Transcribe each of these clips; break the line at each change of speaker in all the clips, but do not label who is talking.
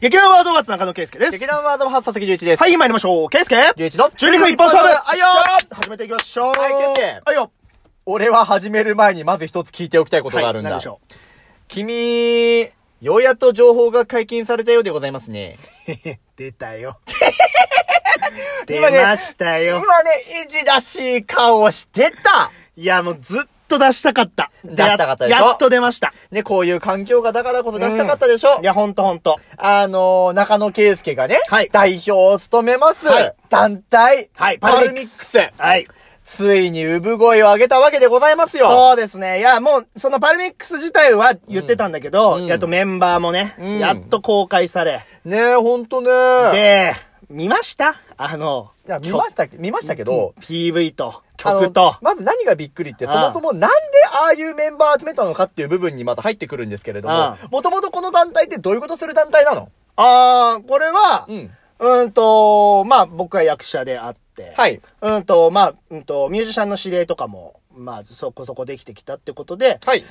劇団ワードバーツ中野圭介です。
劇団ワードの初佐々木隆一です。
はい、参りましょう。圭介
隆一の
中肉一本勝負
あいよ
始めていきましょう
はい圭介
はいよ
俺は始める前にまず一つ聞いておきたいことがあるんだ。
はい何でしょ
君、ようやっと情報が解禁されたようでございますね。
う 出たよ。出
今ね
ました
今
よ
ね。、いじらしい顔してた
いや、もうずっと出したかった。
出したかったでしょ
やっと出ました。
ね、こういう環境がだからこそ出したかったでしょ、
いや、ほんとほんと。
あのー、中野圭介がね、
はい
代表を務めます、
はい
団体、
はい
パ
パ
ル
ル
ミ
ミ
ッ
ッ
ク
ク
ス。
はい。
ついに産声を上げたわけでございますよ。
そうですね。いや、もう、そのパルミックス自体は言ってたんだけど、
うん
やっとメンバーもね、
うん
やっと公開され。
ねえ、ほんとねえ。
で、見ましたあの、
いや、見ました、見ましたけど、
PV と、
あの
曲と。
まず何がびっくりって、そ
あ
も
あ
そもなんでああいうメンバー集めたのかっていう部分にまた入ってくるんですけれども
あ、
もともとこの団体ってどういうことする団体なの
あー、これは、
うん。
うんと、まあ僕は役者であって、
はい。
うんと、まあ、うんと、ミュージシャンの指令とかも、まあそこそこできてきたってことで、
はい。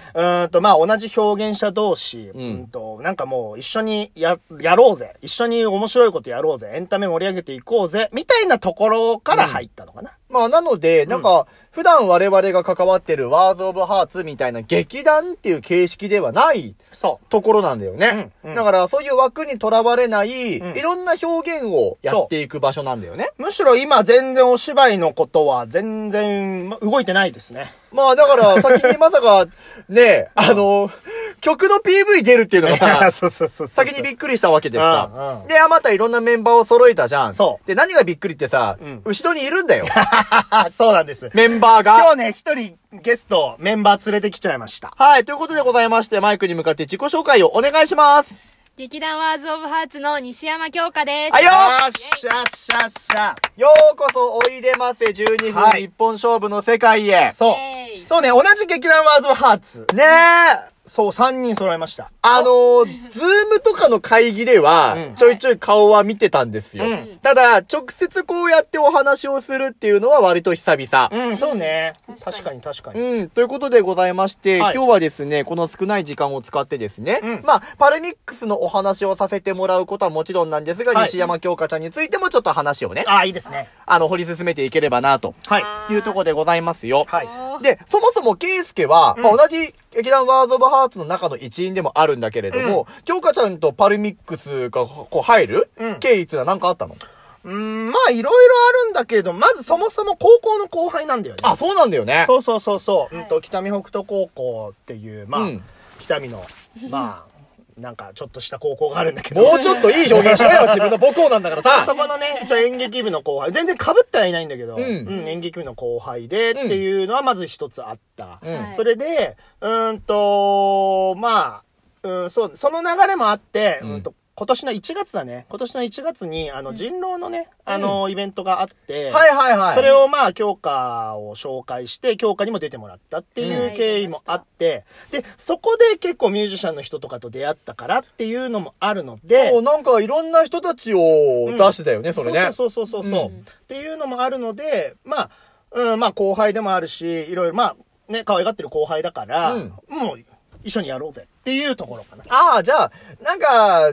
うんと、まあ同じ表現者同士、
う
うんんと、なんかもう一緒にや、やろうぜ。一緒に面白いことやろうぜ。エンタメ盛り上げていこうぜ。みたいなところから入ったのかな。
まあ、なので、なんか、普段我々が関わってるワーズ・オブ・ハーツみたいな劇団っていう形式ではない
そう。
ところなんだよね。
うんうん
だから、そういう枠にとらわれない、
うん
いろんな表現をやっていく場所なんだよね。
むしろ今全然お芝居のことは全然ま動いてないですね。、
まあ、だから、先にまさか、ねえ、あの、曲の PV 出るっていうのが さ
そうそうそうそう
先にびっくりしたわけで
うん
さ
う。ん
で、あまたいろんなメンバーを揃えたじゃん。
そう
で、何がびっくりってさ
うん、
後ろにいるん だよ。
あ、そうなんです。
メンバー
今
が。
日ね、一人ゲスト、メンバー連れてきちゃいました。
はい、ということでございまして、マイクに向かって自己紹介をお願いします。
劇団ワーズ・オブ・ハーツの西山京香です。
はいよ
っしゃっしゃっしゃ。
ようこそ、おいでませ、12分
はい
一本勝負の世界へ。
そう
イェ。イ
そうね、同じ劇団ワーズ・ハーツ。
ねえ。
そう、三人揃いました。
あのー、ズームとかの会議では、
うん
ちょいちょい顔は見てたんですよ。
うん
ただ、直接こうやってお話をするっていうのは割と久々。
うん、そうね。
確
確
か
かに確かに。
うん、ということでございまして、
はい
今日はですね、この少ない時間を使ってですね、
うん
まあ、パルミックスのお話をさせてもらうことはもちろんなんですが、
はい
西山京香ちゃんについてもちょっと話をね、
あ、いいですね。
あの、掘り進めていければな、と
はい。
いうところでございますよ。
はい。
で、そもそも、ケイスケは、
うん
まあ、同じ劇団ワーズ・オブ・ハーツの中の一員でもあるんだけれども、京香ちゃんとパルミックスがこう入る、
うん
経緯っていうのは何かあったの
うん、まあ、いろいろあるんだけど、まずそもそも高校の後輩なんだよね。
あ、そうなんだよね。
そうそうそうそう。
はい
うんと、北見北斗高校っていう、まあ、
うん
北見の、まあ、なんかちょっとした高校があるんだけど。
もうちょっといい表現しろよ、自分の母校なんだか ら
そ
さ。
このね、 一応演劇部の後輩、全然被ってはいないんだけど、
う
うんん、演劇部の後輩でっていうのはまず一つあった。
うん
はい
それで、うーんと、まあ、うん、そう、その流れもあって、
う
うんんと、今年の1月だね。今年の1月に、あ
う
の、
ん
人狼のね、あの、イベントがあって、
はいはいはい。
それをまあ、教科を紹介して、教科にも出てもらったって
う
いう
ん
経緯もあって、で、そこで結構ミュージシャンの人とかと出会ったからっていうのもあるので
そう、、なんかいろんな人たちを出してたよね、それね。
そうそうそうそうそう、
うん
っていうのもあるので、まあ、うん、まあ後輩でもあるし、いろいろ、まあ、ね、可愛がってる後輩だから、
うん
もう一緒にやろうぜっていうところかな。
ああ、じゃあ、なんか、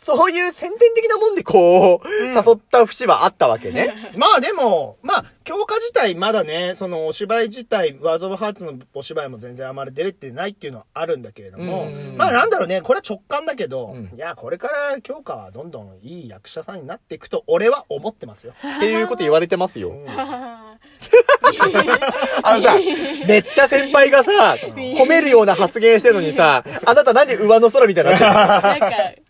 そういう宣伝的なもんでこう、
うん
誘った節はあったわけ ね。
まあでも、まあ、教科自体まだね、そのお芝居自体、ワーズ・オブ・ハーツのお芝居も全然あまり出れてないっていうのはあるんだけれども、
うん
まあなんだろうね、これは直感だけど、
うん
いや、これから教科はどんどんいい役者さんになっていくと、俺は思ってますよ。
っていうこと言われてますよ。
うん
あのさ、めっちゃ先輩がさ、褒めるような発言してるのにさ、あなたなんで上の空みたいになって る
なんか、うん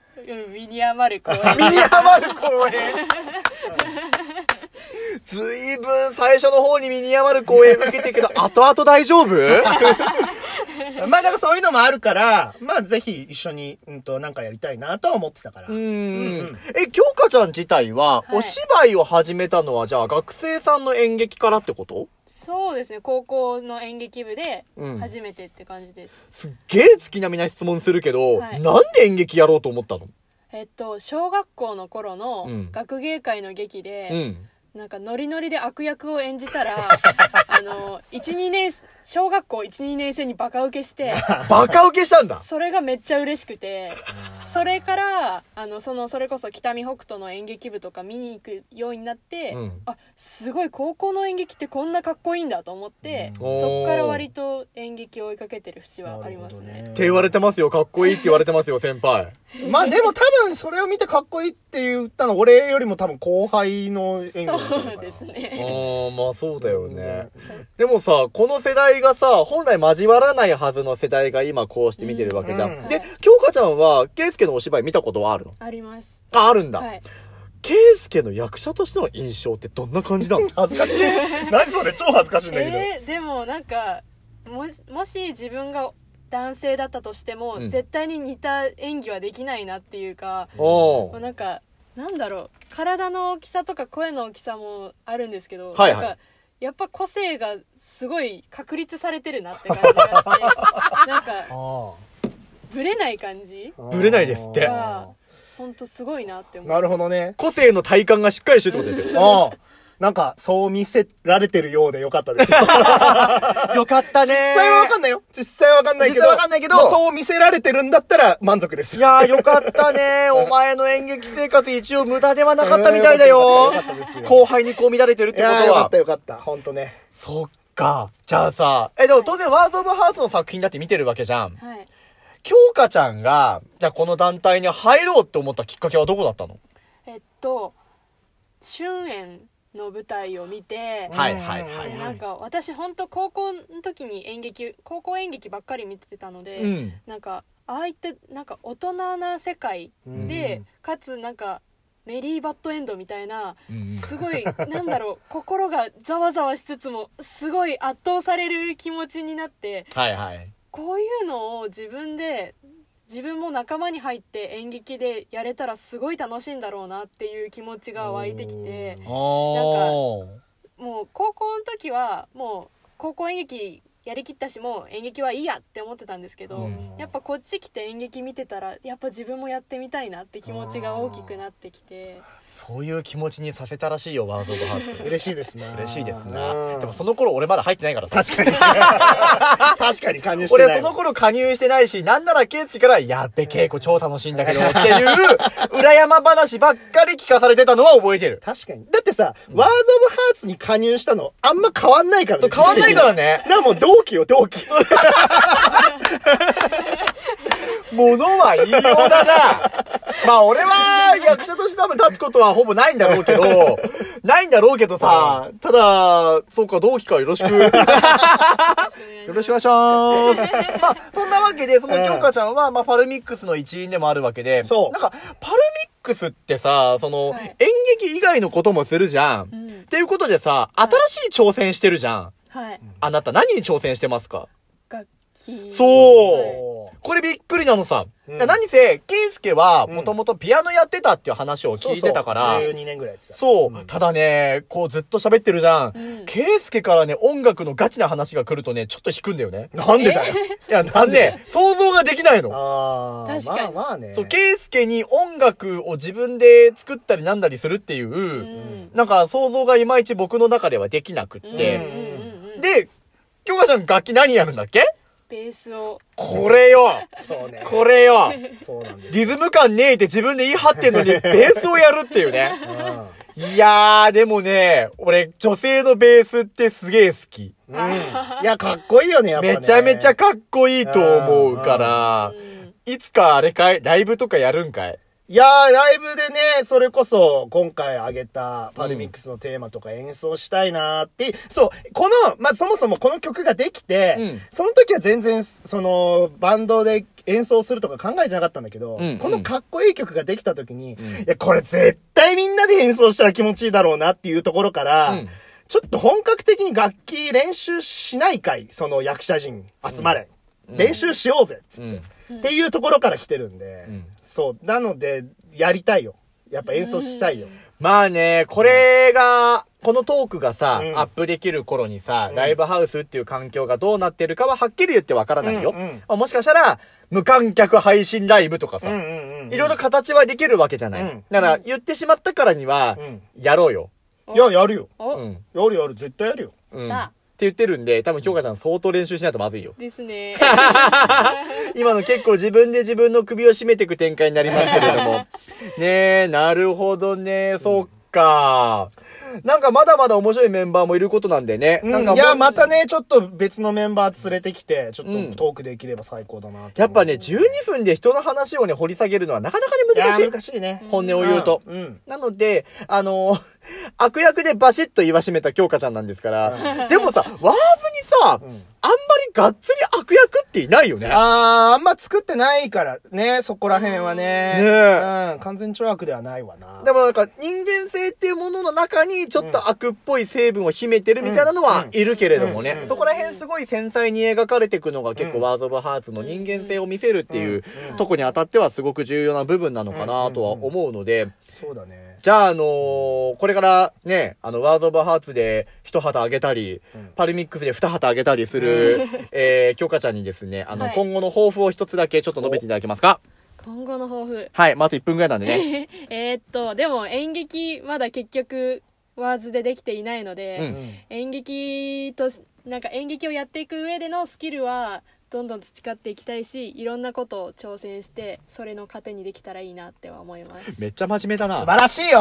身に余る子。
身に余る公演。 ずいぶん最初の方に身に余る公演受けてるけど、後々大丈夫
まあだからそういうのもあるから、まあぜひ一緒に、うんと、なんかやりたいなとは思ってたから。
うん
うん
え、京香ちゃん自体は、
はい
お芝居を始めたのは、じゃあ学生さんの演劇からってこと
そうですね、高校の演劇部で
うん
初めてって感じです。
すっげえ月並みな質問するけど、
はい
なんで演劇やろうと思ったの
えっと、小学校の頃
う
の
ん
学芸会の劇で、
うん。
なんかノリノリで悪役を演じ たら、あの、1、2年、小学校1、2年生にバカ受けして、
バカ受けしたんだ
それがめっちゃ嬉しくて、それからあのそのそれこそ北見北斗の演劇部とか見に行くようになって、
うん
あすごい高校の演劇ってこんなかっこいいんだと思って、
うん
そっから割と演劇を追いかけてる節はあります
なるほ
ね
ど
って言われてますよ。かっこいいって言われてますよ、先輩。
まあでも多分それを見てかっこいいって言ったの俺よりも多分後輩の演技なんじゃない
そう
か
で
な
す
あ
ね
ー、まあそうだよね。でもさ、この世代がさ、本来交わらないはずの世代が今こうして見てるわけじゃん。
うん
で、京香ちゃんは、ケイスケのお芝居見たことはあるの
あります
あ、あるんだ。
はい
ケイスケの役者としての印象ってどんな感じなの
恥ず かしい何それ超恥ずかしいんだけど、
えー、でもなんかもしもし自分が男性だったとしても、
うん
絶対に似た演技はできないなっていうか、
お
もう
ー
なんかなんだろう体の大きさとか声の大きさもあるんですけど、
はいはい
なんかやっぱ個性がすごい確立されてるなって感じがしてなんかぶれない感じ
ぶれないですって
がほんとすごいなって思う
なるほどね
個性の体感がしっかりしてるってことですよ。
ああなんかそう見せられてるようでよかった ですよ
よかったね
実際はわかんないよ実際はわかんないけど
実際わかんないけど
まあそう見せられてるんだったら満足です
いやーよかったねお前の演劇生活一応無駄ではなかったみたいだよ
えーよかったですよ
後輩にこう乱れてるっ
い
てこと
やーよか
は
った。よかったほんとね
そっか。じゃあさ、え、でも当然ワーズオブハーツの作品だって見てるわけじゃん。
はい
京香ちゃんが、じゃあこの団体に入ろうって思ったきっかけはどこだったの
えっと春園の舞台を見て、
はいはいはい
でなんか私本当高校の時に演劇高校演劇ばっかり見てたので、
うん。
なんかああいったなんか大人な世界で、
うん
かつなんかメリーバッドエンドみたいな
うん
すごいなんだろう心がざわざわしつつもすごい圧倒される気持ちになって
はいはい。
こういうのを自分で自分も仲間に入って演劇でやれたらすごい楽しいんだろうなっていう気持ちが湧いてきて。
おー。
もう高校の時はもう高校演劇やりきったしもう演劇はいいやって思ってたんですけど、
うん
やっぱこっち来て演劇見てたらやっぱ自分もやってみたいなって気持ちが大きくなってきて
そういう気持ちにさせたらしいよ、ワーズオブハーツ。
嬉しいですね
嬉しいです
う
な。
ん
でもその頃俺まだ入ってないから さ。
確かに確かに加入してない
俺その頃加入してないし、なんならケイスケから、やっべ、稽古超楽しいんだけ どっていう、裏山話ばっかり聞かされてたのは覚えてる。
確かに。だってさ、ワーズオブハーツに加入したの、あんま変わんないから
そう変わんないか らね
だからもう同期よ、同 期。
物は言いよう だな。まあ俺は役者として多分立つことはほぼないんだろう けど、ないんだろうけどさ、ただ、そうか、同期か よろしく。よろしくお願いします。まあ、そんなわけで、その京香ちゃんは、まあ、パルミックスの一員でもあるわけで、
そう
なんか、パルミックスってさ、その、
はい
演劇以外のこともするじゃん。
うん
っていうことでさ、新しい挑戦してるじゃん。
はい
あなた何に挑戦してますか
楽器
そうこれびっくりなのさ。
うん
何せ、ケイスケはもともとピアノやってたっていう話を聞いてたから、
そうそう12年ぐらいやってた。
そう、
うん
ただね、こうずっと喋ってるじゃん。
うん
ケイスケからね、音楽のガチな話が来るとね、ちょっと引くんだよね。
なんでだよ。
いや、なんで、想像ができないの。
ああ、
確
ま
か
あ
に
まあね。
そう、ケイスケに音楽を自分で作ったりなんだりするっていう、
うん
なんか想像がいまいち僕の中ではできなくっ
うん
て。
うんうんうん
で、京香ちゃん楽器何やるんだっけ
ベースを
これよ
そうね。
これよ
そうなんです。
リズム感ねえって自分で言い張ってんの に、ベースをやるっていうね。
うん
いやー、でもね、俺、女性のベースってすげえ好き。
うん。いや、かっこいいよね、やっぱね。
めちゃめちゃかっこいいと思うから
う、ん
いつかあれかいライブとかやるんかい
いやー、ライブでね、それこそ、今回あげた、パルミックスのテーマとか演奏したいなーって、そう、この、まあ、そもそもこの曲ができて、
うん
その時は全然、その、バンドで演奏するとか考えてなかったんだけど、
うん
このかっこいい曲ができた時に、
ん
いや、これ絶対みんなで演奏したら気持ちいいだろうなっていうところから、
うん
ちょっと本格的に楽器練習しないかい、その役者陣集まれ。練習しようぜっつって
うん。
っていうところから来てるんで、
うん
そう。なので、やりたいよ。やっぱ演奏したいよ。
まあね、これが、このトークがさ、
うん
アップできる頃にさ、
ん
ライブハウスっていう環境がどうなってるかははっきり言ってわからないよ。
うんうん
まあもしかしたら、無観客配信ライブとかさ、
うん
いろいろ形はできるわけじゃない。
うん
だから、言ってしまったからには、
うん
やろうよ。
いや、やるよ。
う
お
ん。
やるやる、絶対やるよ。
うん。
だ
言ってるんで、多分、ひょうかちゃん相当練習しないとまずいよ。
で すね。
今の結構自分で自分の首を絞めていく展開になりますけれど も。ねえ、なるほどね。そっか。なんかまだまだ面白いメンバーもいることなんでね。
うん
なんか
い
もう
や、またね、ちょっと別のメンバー連れてきて、ちょっ
うん
とトークできれば最高だなと
やっぱ
思う
ね、12分で人の話をね、掘り下げるのはなかなかに
いや
難しい。
難しいね。
本音を言うと。
うん。
なので、あのー 悪役でバシッと言わしめた京香ちゃんなんですから、でもさ、ワーズにさ、
うん
あんまりがっつり悪役っていないよね。
あー、あんま作ってないからね、そこら辺はね。
ねえ
うん、完全懲悪ではないわな。
でもなんか人間性っていうものの中にちょっと悪っぽい成分を秘めてるみたいなのは
うん
いるけれども
うん
ね
う。ん
そこら辺すごい繊細に描かれていくのが結
う
構
ん
ワーズ・オブ・ハーツの人間性を見せるっていう
うん
とこにあたってはすごく重要な部分なのかなとは思うので、
そうだね。
じゃあ、あのーこれからね、あの、ワード・オブ・ハーツで一旗あげたり、
うん
パルミックスで二旗あげたり する、えー、京香ちゃんにですね、あの、
はい
今後の抱負を一つだけちょっと述べていただけますか
今後の抱負。
はい、まあ、あと1分ぐらいなん でね。
えーっと、でも演劇まだ結局ワーズでできていないので、
うん
うん
演劇としなんか演劇をやっていく上でのスキルはどんどん培っていきたいしいろんなことを挑戦してそれの糧にできたらいいなっては思います
めっちゃ真面目だ
素
な。
晴らしいよ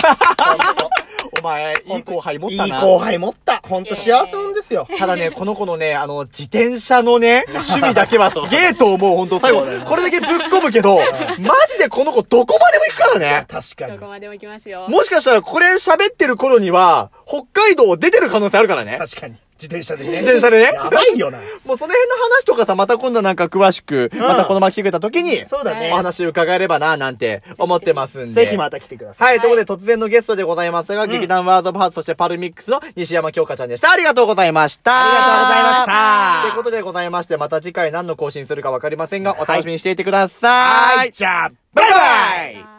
お前、いい後輩持っ
いい
たな。
後輩持ったほんと幸せもんですよ。
ただね、この子のね、あの、自転車の ね、趣味だけはすげえと思う、ほんと。最後、これだけぶっ込むけど、マジでこの子どこまでも行くからね。
確か
ど
に。
こまでも行きますよ
もしかしたらこれ喋ってる頃には、北海道を出てる可能性あるからね。
確かに。自転車でね。
自転車でね
やばいよな。
もうその辺の話とかさ、また今度なんか詳しく、またこの巻来てくれた時に、
そうだね
お。話伺えればな、なんて思ってますん
ぜ
で。
ひまた来てください。
はい、ということで突然のゲストでございますが、劇団ワードオブハーツそしてパルミックスの西山京香ちゃんでした。ありがとうございました。
ありがとうございました
ということでございまして、また次回何の更新するかわかりませんが、お楽しみにしていてください。
はい、じゃあ、
バイバイ